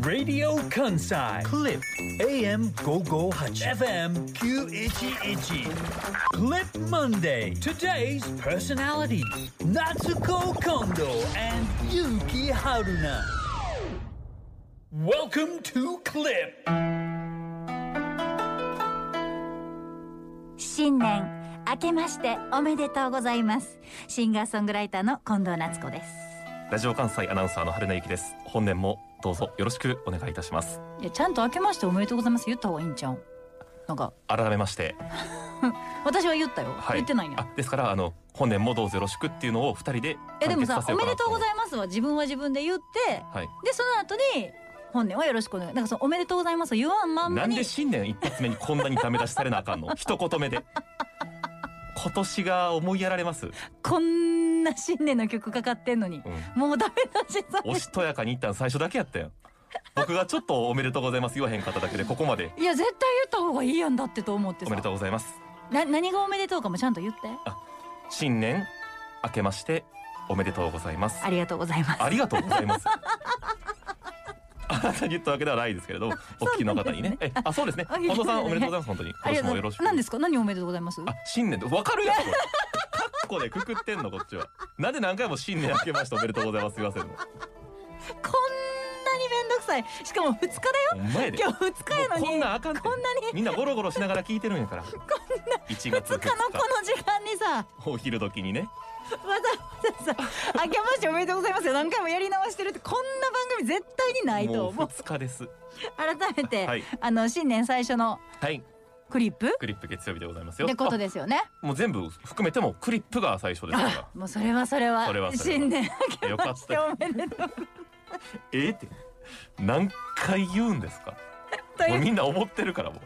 Radio Kansai Clip AM 558 FM 911 Clip Monday Today's personality Natsuko Kondo and Yuki Haruna Welcome to Clip 新年明けましておめでとうございますシンガーソングライターの近藤夏子ですラジオ関西アナウンサーの春名幸です。本年もどうぞよろしくお願いいたします。いやちゃんと明けましておめでとうございます言った方がいいんちゃうんなんか改めまして、私は言ったよ、はい言ってないんやあですからあの本年もどうぞよろしくっていうのを二人でえでも完さ結「おせよめうかなでとうございます」は自分は自分で言ってはい。でその後に本年はよろしくお願いなんかそのおめでとうございますを言わんまんまなんでに新年一発目にこんなにダメ出しされなあかんの一言目で今年が思いやられます、こんな新年の曲かかってんのにうんもうダメ出しされおしとやかに言ったん最初だけやったよ僕がちょっとおめでとうございます言わへんかっただけでここまでいや絶対言った方がいいやんだってと思っておさめでとうございますな何がおめでとうかもちゃんと言って新年明けましておめでとうございますありがとうございますありがとうございます。あなたに言ったわけではないですけれども、お聞きの方にね。えあ、そうです ね。あ言近って藤たさねん、おめでとうございます。本当に。あ今りがと年うごもよざいろましすく。何ですか何おめでとうございますあ、新年で、わかるやつ。これカッコでくくってんの、こっちは。なんで何回も新年明けましておめでとうございます。言わせるの。こんなにめんどくさい。しかも2日だよ。お前で。今日2日やのに。もうこんなんあかんてこんなに。みんなゴロゴロしながら聞いてるんやから。1月2 2日のこの日。時間にさ、お昼時にね。わざわざ さ、明けましておめでとうございますよ。何回もやり直してるって、こんな番組絶対にないともう思う。 2日です。改めて、はいあの、新年最初のはい。クリップクリップ月曜日でございますよ。ってことで。ですよね。もう全部含めてもクリップが最初ですかもうそれはそれは、それはそれは新年ら。明よけかまっしたて。おめでとう。ええって何回言うんですかともういう、みんな思ってるからもう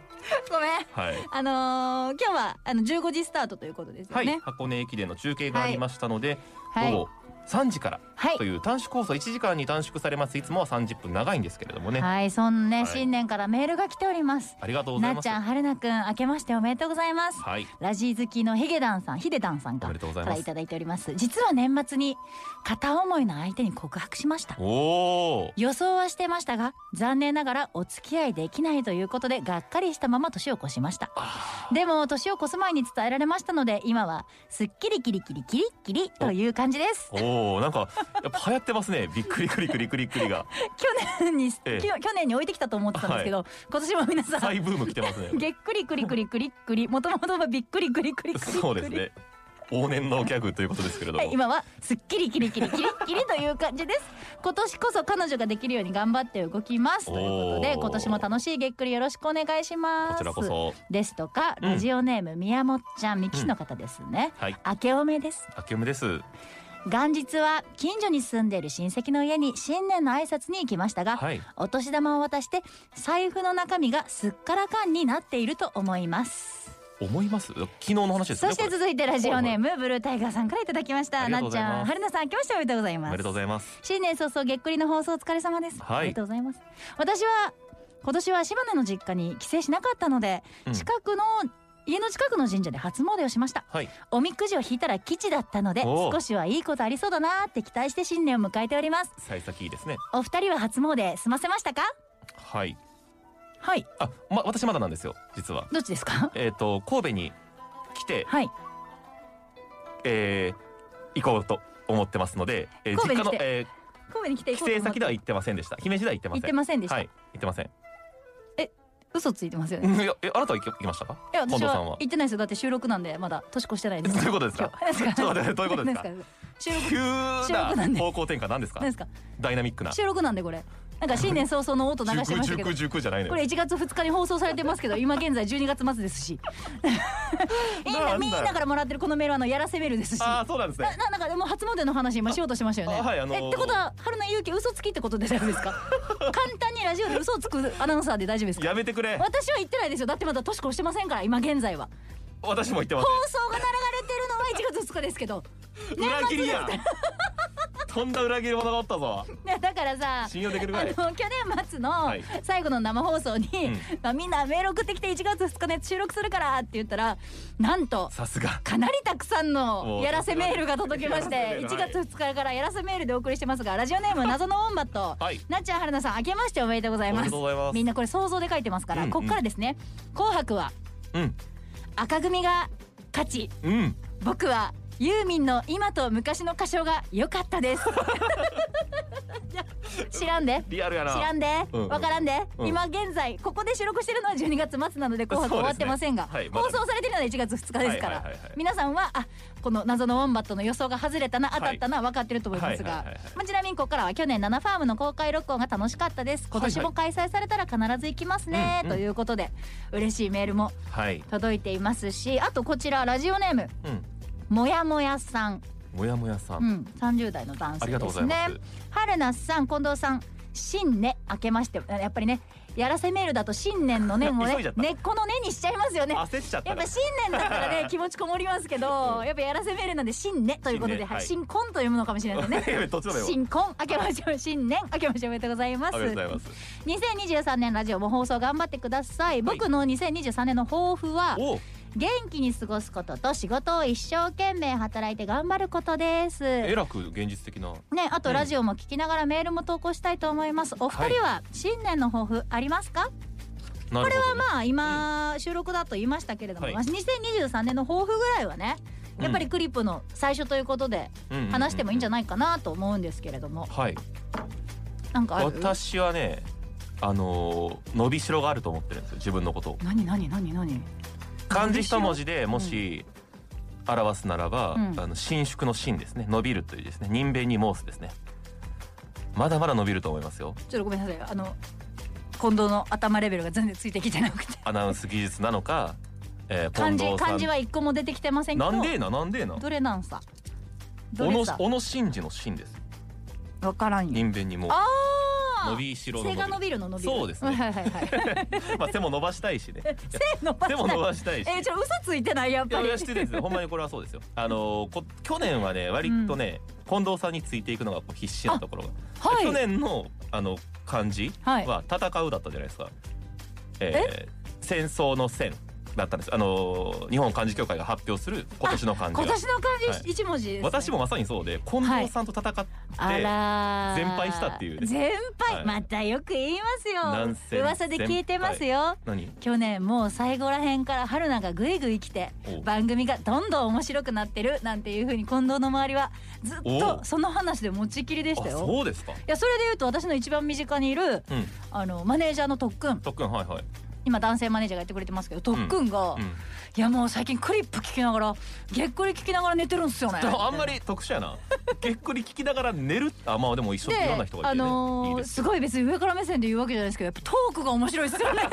ごめん。はい、あのー今日はあの15時スタートということですはよい、ね。箱根駅伝の中継がありましたので、はい。午後3時からはいという短縮放送1時間に短縮されますいつもは30分長いんですけれどもね、はい、そんね、はい新年からメールが来ております。ありがとうございなっますちゃん、はるなくん、明けましておめでとうございます。はいラジ好きのヒゲダンさん、ヒデダンさんおかめでとうございからますいただいております。実は年末に片思いの相手に告白しました。おお予想はしてましたが、残念ながらお付き合いできないということで、がっかりしたまま年を越しました。でも、年を越す前に伝えられましたので、今は、すっきりきりきりきりきりという感じです。おおなんかやっぱ流行ってますねびっくりくりくりくりく りが去年に、ええきょ去年に置いてきたと思ってたんですけど、今年も皆さん、再ブーム来てますねげっくりくりくりくりくりもともとはびっくりくりくりくりくりそうですね往年のギャグということですけれども、はい、今はすっきりきりきりきりきりという感じです今年こそ彼女ができるように頑張って動きますということおでー今年も楽しいげっくりよろしくお願いしますこちらこそですとかうんラジオネーム宮本ちゃん三木市の方ですね、はい明けおめですあけむです元日は近所に住んでいる親戚の家に新年の挨拶に行きましたが、はいお年玉を渡して財布の中身がすっからかんになっていると思います思います昨日の話ですそねしてこれ続いてラジオネームブルータイガーさんからいただきましたありながとうっちございますゃん春菜さん明けましておめでとうございおまめすでとうございます新年早々げっくりの放送お疲れ様です、はいありがとうございます私は今年は島根の実家に帰省しなかったので、うん近くの家の近くの神社で初詣をしましたはいおみくじを引いたら吉だったのでおう少しはいいことありそうだなーって期待して新年を迎えております幸先いいですねお二人は初詣済ませましたかはいはいあ、ま、私まだなんですよ実はどっちですかえっ、と神戸に来て、はいえー行こうと思ってますので、えー神戸実に家来のて、え神戸に来てー行こう帰省先では行行ってませんでした姫路では行ってませんってませんでした、はい行ってません嘘ついてますよねうんいやえあなたは行き行きましたかいや私近藤さんはは行ってないですよだって収録なんでまだ年越してないですどういうことですか今日ちょっと待ってどういうことですか何収録急収録ななんで方向転換なんですか何ですかダイナミックな収録なんでこれなんか新年早々の音流してましたけど熟熟じゃないのこよれ1月2日に放送されてますけど今現在12月末です しみんなんだなよみんなからもらってるこのメールはあのやらせメールですしあなあそうなんですねななんかでも初詣の話今しようとしましたよねあはいあのーえってことは春菜勇気嘘つきってことで大丈夫 ですか簡単にラジオで嘘をつくアナウンサーで大丈夫ですかやめてくれ私は言ってないですよだってまだ年越してませんから今現在は私も行ってま放送が流れてるのは1月2日ですけどせん裏切りやとんだ裏切り者がおったぞねだからさ信用できるあかいの去年末のはい最後の生放送に、んまあ、みんなメール送ってきて1月2日ね収録するからって言ったらなんとさすがかなりたくさんのおーやらせメールが届きましやらせてメール1はい月2日からやらせメールでお送りしてますがラジオネーム謎のウォンバット、はいなっちゃんはるなさん明けましておめでとうございおめまですとうございますみんなこれ想像で書いてますから、うんうんこっからですね「紅白」はうん赤組が勝ちうん僕はユーミンの今と昔の歌唱が良かった ですいや知らんでリアルやな知らんで、うんうんわからんで、うん今現在ここで収録してるのは12月末なので紅白そう終わでっすねてませんが、はいまだ放送されてるのは1月2日ですから、はいはいはいはい皆さんはあこの謎のウォンバットの予想が外れたな当たったな、分かってると思いますが、はいはいはいはいまあ、ちなみにここからは去年7ファームの公開録音が楽しかったです今年も開催されたら必ず行きますね、はいはいということで、嬉しいメールもはい届いていますしあとこちらラジオネームうんもやもやさん、もやもやさん、うん、30代の男あり性がとうでごすざいまねす。春菜さん近藤さん新年明けましてやっぱりねやらせメールだと新年の 年を急いじねゃった根っこの根にしちゃいますよね焦っちゃっやたっなぱ新年だったら ね気持ちこもりますけどやっぱやらせメールなんで新年ということで新年はいはい新婚というものかもしれない ですねやべどっちだよ新婚明けましょう新年明けましょうおめでとうございまあすりがとうございます2023年ラジオも放送頑張ってくださいはい僕の2023年の抱負はおう元気に過ごすことと仕事を一生懸命働いて頑張ることですえらく現実的なね、あうとんラジオも聞きながらメールも投稿したいと思います。お二人は新年の抱負ありますか？なるほど、ね、これはまあ今収録だと言いましたけれども、はいまあ2023年の抱負ぐらいはね、やっぱりクリップの最初ということであ話してもいいんじゃない、ないかなと思うんですけれども、はいなんかある？私はねあのー伸びしろがあると思ってるんですよ自分のことを何何何何？漢字一文字でもし表すならば、うんあの伸縮の伸ですね伸びるというですね人弁に申すですねまだまだ伸びると思いますよちょっとごめんなさい。あの近藤の頭レベルが全然ついてきてなくて、アナウンス技術なのか、えー、漢字近藤さ漢ん字は一個も出てきてませんけど、なんでえななんでえなどれなんさ？ど小れ野さ？小野伸二の伸ですわからんよ。人弁に申すああ。伸びしろの背が伸伸びびるの伸びるそうですねはいはい はいまあ手も伸ばした いしね背伸ば手しもたい伸ばしたいしえー、ちょ嘘ついてないやっいやぱいりや失礼ですねほんまにこれはそうですよあのーこ去年はね割とね、近藤さんについていくのがこう必死なところが、はい去年のあの漢字はいは戦うだったじゃないですか、えー戦争の戦だったんですあのー日本漢字協会が発表する今年の漢字今が年の漢はい字一文字です、ね私もまさにそうで近藤さんと戦って、あらー全敗したっていうね全敗、はいまたよく言いなまんすせよ噂で聞いてますよ何去年もう最後らへんから春菜がぐいぐい来ておう番組がどんどん面白くなってるなんていう風に近藤の周りはずっおとうその話で持ちきりでしたあよそうですかいやそれで言うと私の一番身近にいるうんあのマネージャーの特訓特訓はいはい、今男性マネージャーがやってくれてますけど特訓が、うん、いやもう最近クリップ聞きながらげっくり聞きながら寝てるんですよねでも あんまり特殊 やなげっくり聞きながら寝るあまあでも一緒でいろんな人があいて、ねいいのーですすごい別に上から目線で言うわけじゃないですけどやっぱトークが面白いっすよね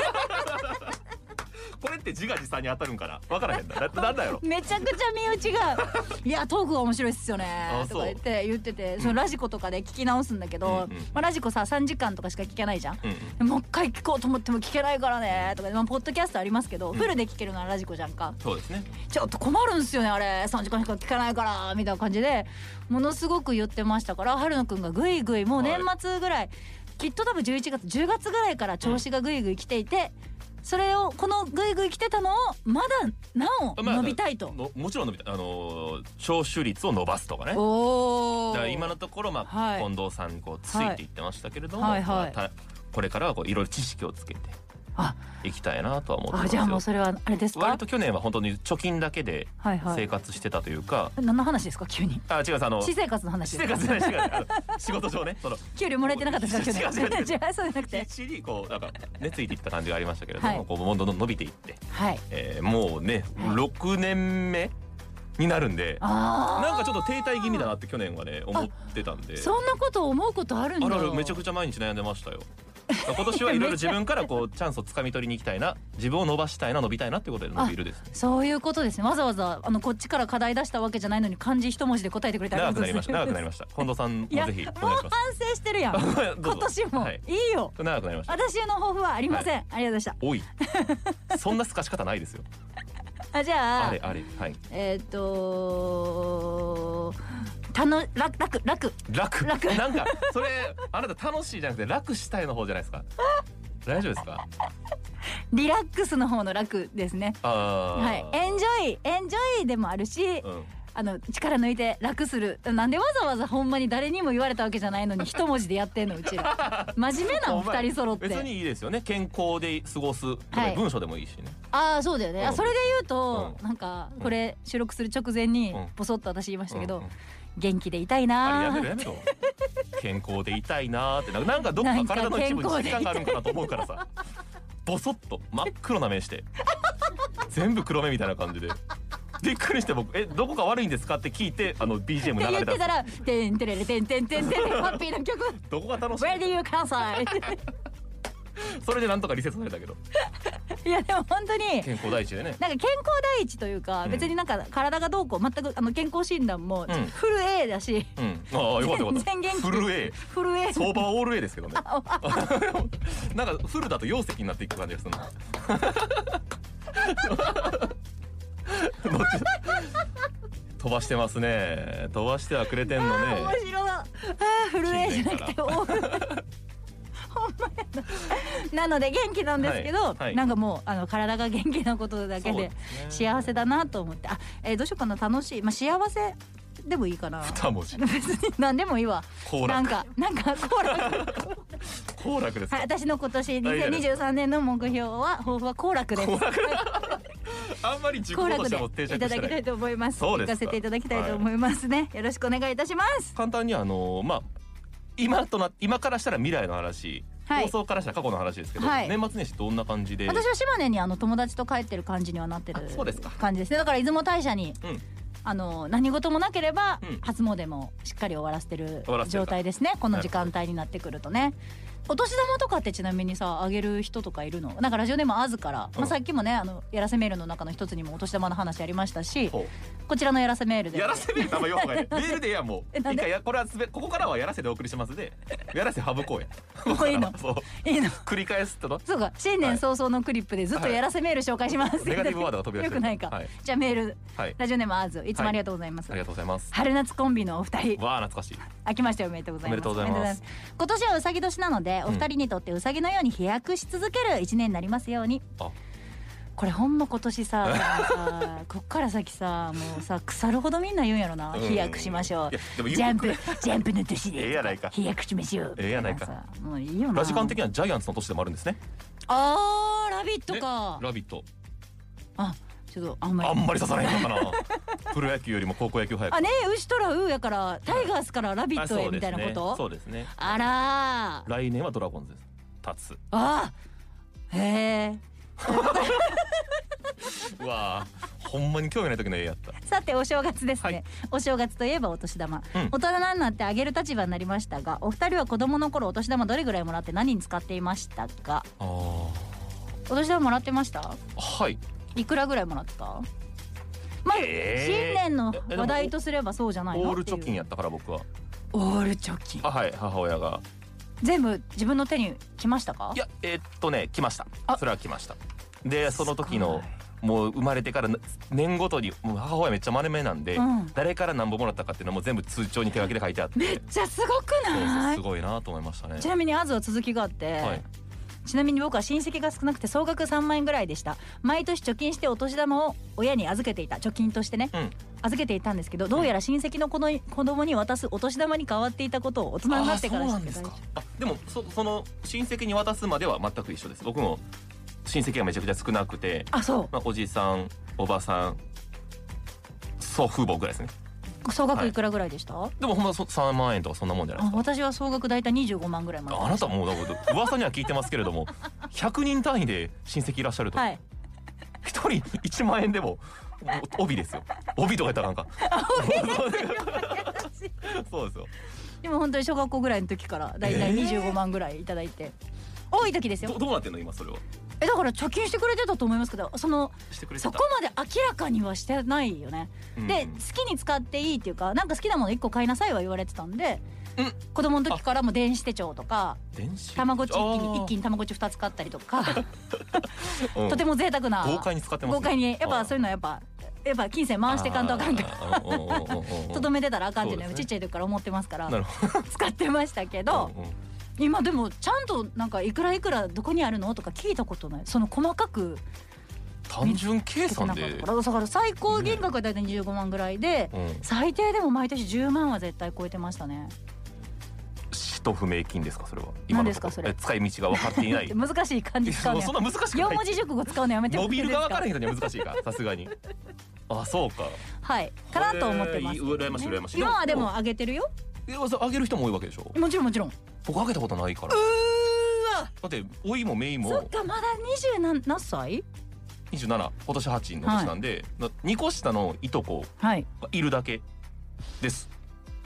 これって自画自賛に当たるんかな分からへんなななんだやろめちゃくちゃ身内 が「いやトークが面白いっすよねあ」とか言って言っててそのラジコとかで聞き直すんだけど、うんうんまあ、ラジコさ3時間とかしか聞けないじゃん。うんうんもう一回聞こうと思っても聞けないからねとか、まあ、ポッドキャストありますけど、フルで聞けるのはラジコじゃんかそうですねちょっと困るんすよねあれ3時間しか聞かないからみたいな感じでものすごく言ってましたから春野くんがぐいぐいもう年末ぐらい、きっと多分11月10月ぐらいから調子がぐいぐい来ていて、それをこのぐいぐい来てたのをまだなおまあ伸びたいと。のもちろん伸びたいあのー聴取率を伸ばすとかねおだおから今のところまあ、はい近藤さんにこうついていってましたけれども、はいはいはいまあたこれからはこういろいろ知識をつけてあいきたいなとは思ってまあすじゃあもうよそれはあれですか割と去年は本当に貯金だけではいは生い活してたというか、何の話ですか急にあ違うさあの私生活の話私で生すか活じゃない違うあの仕事上ねその給料もらえてなかったですか去年違う違う 違違ううそうじゃなくて必死にこうなんかねついていった感じがありましたけれども、はいこうどんどんどん伸びていって、はいえーもうねはい6年目になるんでああなんかちょっと停滞気味だなって去年はね思ってたんでそんなこと思うことあるんだあるあるめちゃくちゃ毎日悩んでましたよ今年はいろいろ自分からこうチャンスをつかみ取りに行きたいな自分を伸ばしたいな伸びたいなってことで伸びるですねそういうことですねわざわざあのこっちから課題出したわけじゃないのに漢字一文字で答えてくれてありが 長とくうなございりまますした長くなりました近藤さんもいやぜひもうお 願いしま反省してるやんす どう今ぞ年も、はいいい、よ長くなりました私への抱負はありません、ありがとうございおいそんなすかし方ないですよましたあじゃああれあれはいえーっとたの楽楽楽楽楽 なんかそれあなた楽しいじゃなくて楽したいの方じゃないですか大丈夫ですかリラックスの方の楽ですねあーはいエンジョイエンジョイでもあるしうんあの力抜いて楽するなんでわざわざほんまに誰にも言われたわけじゃないのに一文字でやってんのうちら真面目な おの前二人揃っ別てにいいですよね健康で過ごすとかはい文章でもいいしね、ああそうだよね、うんあそれで言うと、うなんかこれ収録する直前にうんボソッと私言いましたけど、うんうん元気でいたいあれやなめろーやめろ健康でいたいなーってななんかどっか体の一部に疾患があるんかなと思うからさボソッと真っ黒な目して全部黒目みたいな感じでびっくりして僕「えどこが悪いんですか?」って聞いてあの BGM って流言っれたてたらら「てんてれれてんてんてんてん」ハッピーな曲「どこが楽「しい?」 Radio 関西それでなんとかリセットされたけど」いやでも本当に健康第一でねなんか健康第一というか、うん別になんか体がどうこう全くあの健康診断もうんフル A だし、うんああよかったよかった全然元気フル A フル A 相場はオール A ですけ どねなんかフルだと容積になっていく感じがするなどっち飛ばしてますね飛ばしてはくれてんのね面白いあーフル A じゃなくてオールほんまや ななので元気なんですけど、はいはいなんかもうあの体が元気なことだけそうですね幸せだなと思ってあ、えーどうしようかな楽しい、まあ、幸せでもいいかな二文字別に何でもいいわ行なん楽かなんかコーラ 行楽ですはい、か私の今年大丈夫です2023年の目標は抱負は行楽です行楽あんまり自行分としても楽で定い着したてなだきたいいと思いますそう行ですかかせていただきたいと思いますね、よろしくお願いいたします簡単にあのまあ今とな今からしたら未来の話、はい放送からしたら過去の話ですけど、はい年末年始どんな感じで私は島根にあの友達と帰ってる感じにはなってるあそうですか感じですねだから出雲大社に、うんあの何事もなければ、うん初詣もしっかり終わらせてる終わらせてる状態ですねこなのる時ほど間帯になってくるとねお年玉とかってちなみにさあげる人とかいるのなんかラジオネームあずから、うまあ、んさっきもねあのやらせメールの中の一つにもお年玉の話ありましたしほうこちらのやらせメールでやらせメールあんま言わんほうがいいねメールでええやんもう えなん一で回やこれはすべここからはやらせでお送りしますでやらせ省 こうやこもういいの そういいの 繰り返すってのそうか新年早々のクリップでずっとやらせメール紹介します、ネガティブワードが飛び出 よくしてるないか、はい、じゃあメールはい、ラジオネームあずいつもありがとうございます、ありがとうございます春夏コンビのお二人わあ懐かしい明けましておめでとうございますおめでとうございますおめでとうございます今年はうさぎ年なのでお二人にとってうさぎのように飛躍し続ける一年になりますように、あこれほんま今年 さだからさこっから先さもうさ腐るほどみんな言うんやろなうん飛躍しましょいやでもう言うジャンプジャンプの年でええやないか飛躍しましょうええやないかみたなさもういいよなラジカン的にはジャイアンツの年でもあるんですねあーラビットかねラビットあちょっとあんまりあんまり刺さないのかなプロ野球よりも高校野球早くあねえ牛とらうーやからタイガースからラビットへみたいなことそうですねそうですねあらー来年はドラゴンズです立あーへえつうわあほんまに興味ない時の絵やったさてお正月ですね、はいお正月といえばお年玉、うん大人になってあげる立場になりましたがお二人は子供の頃お年玉どれぐらいもらって何に使っていましたかあーお年玉もらってましたはいいくらぐらいもらってたまあ、新えー年の話題とすればそうじゃないのオーってルいう貯金やったから僕はオール貯金あはい母親が全部自分の手に来ましたかいやえーっとね来ましたあそれは来ましたでその時のもう生まれてからな年ごとにもう母親めっちゃ真面目なんで、うん誰から何本もらったかっていうのも全部通帳に手書きで書いてあってめっちゃすごくそうそなういすごいなと思いましたねちなみにあずは続きがあって、はいちなみに僕は親戚が少なくて総額3万円ぐらいでした毎年貯金してお年玉を親に預けていた貯金としてねうん預けていたんですけどどうやら親戚の子の子供に渡すお年玉に変わっていたことを大人になってからあー知そっうなんてですたかあでもそその親戚に渡すまでは全く一緒です僕も親戚がめちゃくちゃ少なくて、あそまあ、おじさんおばさん祖父母ぐらいですねう総額いくらぐらいでした、でもほんまそ3万円とかそんなもんじゃないであすか私は総額大体25万ぐらいまであなたもうだから噂には聞いてますけれども100人単位で親戚いらっしゃると、はい一人1万円でもお帯ですよ帯とか言ったらなんかそうですよでも本当に小学校ぐらいの時から大体えー25万ぐらいいただいて、多い時ですよどどうなってんの今それはえだから貯金してくれてたと思いますけどそのしてくれてたそこまで明らかにはしてないよねで好きに使っていいっていうかなんか好きなもの1個買いなさいは言われてたんで、うん子供の時からもう電子手帳とか電子たまごっち一気に一気に、にたまごっち2つ買ったりとか、 うんとても贅沢な豪快に使ってますね豪快にやっぱそういうのはやっぱやっぱ金銭回してかんとあかんからあーうんうんうんうん うんとどめてたらあかんっていうのはそうちですねっちゃい時から思ってますからなるほど使ってましたけどうんうん今でもちゃんとなんかいくらいくらどこにあるのとか聞いたことないその細かく単純計聞け算なかっでたからだから最高金額は大体25万ぐらいでうん最低でも毎年10万は絶対超えてましたね使途不明金ですかそれは何のですかそれえ使い道が分かっ ていない 難しい感じ使うそのうやそんな難しく四ない文字熟語使うのやめてもら伸っていいびるですが分からへんか人には難 しいかさすがにあそうかはいかなと思ってますけどねえー羨ましい羨ましい今はでも上げてるよえそうあげる人も多いわけでしょもちろんもちろんう僕あげたことないからーわだって老いもめいそっもかまだ20何何歳27今年8の年なんで、な二個下のいとこはいがいるだけです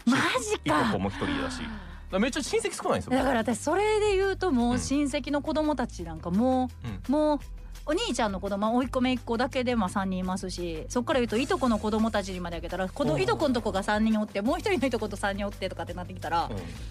マジいとかこも一人だしだからめっちゃ親戚少ないんですよだから私それで言うともううん親戚の子供たちなんかもう、もうお兄ちゃんの子供おいっ子めいっ子だけでまあ3人いますしそこから言うといとこの子供たちにまであげたら子う供んいとこのとこが3人おってもう一人のいとこと3人おってとかってなってきたら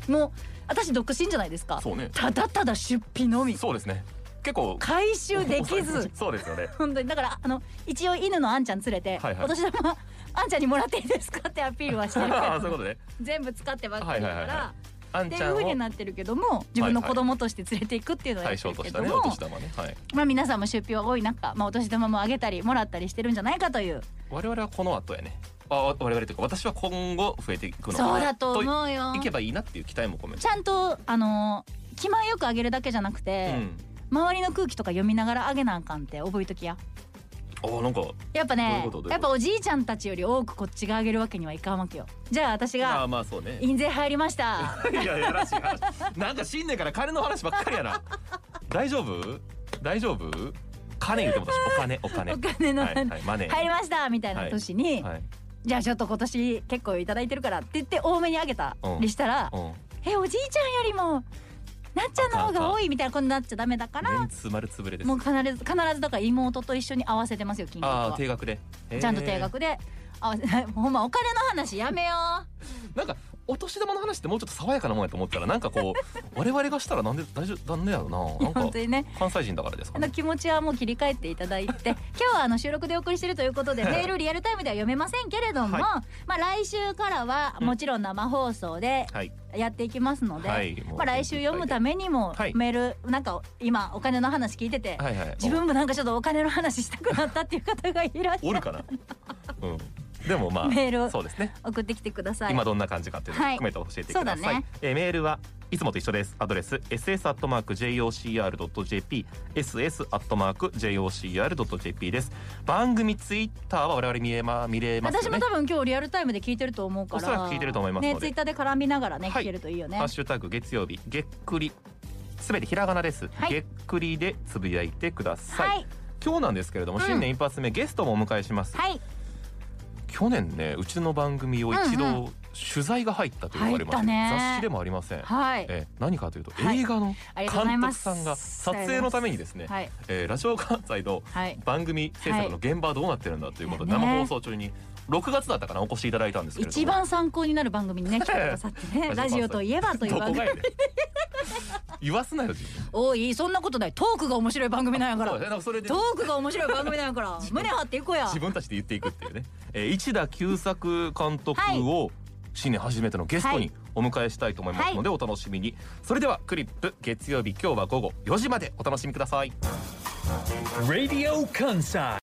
う、んもう私独身じゃないですかそうねただただ出費のみそうですね結構回収できず そうですよね 本当にだからあの一応犬のあんちゃん連れて、はいはいお年玉あんちゃんにもらっていいですかってアピールはしてるけ あそどういうことね全部使ってばっかりだから。はいはいはいはいあんっていちゃうんふうにをなってるけども自分の子供として連れていくっていうのはや対って象るとけしどたねも、お年玉ねはいまあ皆さんも出費は多い中、まあ、お年玉もあげたりもらったりしてるんじゃないかという我々はこの後やねあ我々というか私は今後増えていくのかなそうだと思うよいけばいいなっていう期待も込めてちゃんとあの気前よくあげるだけじゃなくうて、ん周りの空気とか読みながらあげなあかんって覚えときやあーなんかやっぱどういうねことどういうことやっぱおじいちゃんたちより多くこっちがあげるわけにはいかんわけよじゃあ私まがあまあそうね 印税入りましたいやいやらしい話なんか新年から金の話ばっかりやな大丈夫大丈夫金言っても私お金お金お金の、はいはいマネー入りましたみたいな年に、はいじゃあちょっと今年結構いただいてるからって言って多めにあげたりしたら、うんえおじいちゃんよりもなっちゃんの方が多いみたいなことになっちゃダメだからメンツ丸つぶれですもう必ず必ずだから妹と一緒に合わせてますよ金額あはあ定額でへーちゃんと定額で合わせ ほんまお金の話やめようなんかお年玉の話ってもうちょっと爽やかなもんやと思ったらなんかこう我々がしたらなんで大丈夫なんでやろうななん本当かにね関西人だからですあかのね気持ちはもう切り替えていただい て今日はあの収録でお送りしてるということでメールリアルタイムでは読めませんけれども、はいまあ来週からはもちろん生放送ではいやっていきますので、はいまあ来週読むためめにもはいメールなんか今お金の話聞いてて、はいはい自分もなんかちょっとお金の話したくなったっていう方がいらっしおゃるる かなうんでもまあメールをそうですね送ってきてください今どんな感じかっていうのをはい含めて教えてくだそうださい、ねえーメールはいつもと一緒ですアドレス ss.jocr.jp ss.jocr.jp です番組ツイッターは我々見れま見れます私よもね多分今日リアルタイムで聞いてると思うからおそらく聞いてると思いますのねでツイッターで絡みながらね、はい聞けるといいよねハッシュタグ月曜日げっくりすべてひらがなです、はいげっくりでつぶやいてください、はい今日なんですけれどもうん新年一発目、ゲストもお迎えします、はい去年ねうちの番組を一うんう度取材が入ったというのがありまし入ったて、ね雑誌でもありません、はいえ何かというとはい映画のありがとうござい監ま督すさんが撮影のためにですね、はいえーラジオ関西のはい番組制作の現場はどうなってるんだということで、はい生放送中に6月だったかなお越しいただいたんですけれども一番参考になる番組に ね来てくださってねラジオといえばというど こ番が組やねん 言わすなよ自分おいそんなことないトークが面白い番組なんやかそうだねらなんかそれでトークが面白い番組なんや から胸張っていこうや自分たちで言っていくっていうね、 えー、市田久作監督を新年初めてのゲストはにいお迎えしたいと思いますのでお楽しみにそれではクリップ月曜日今日は午後4時までお楽しみください Radio Kansai.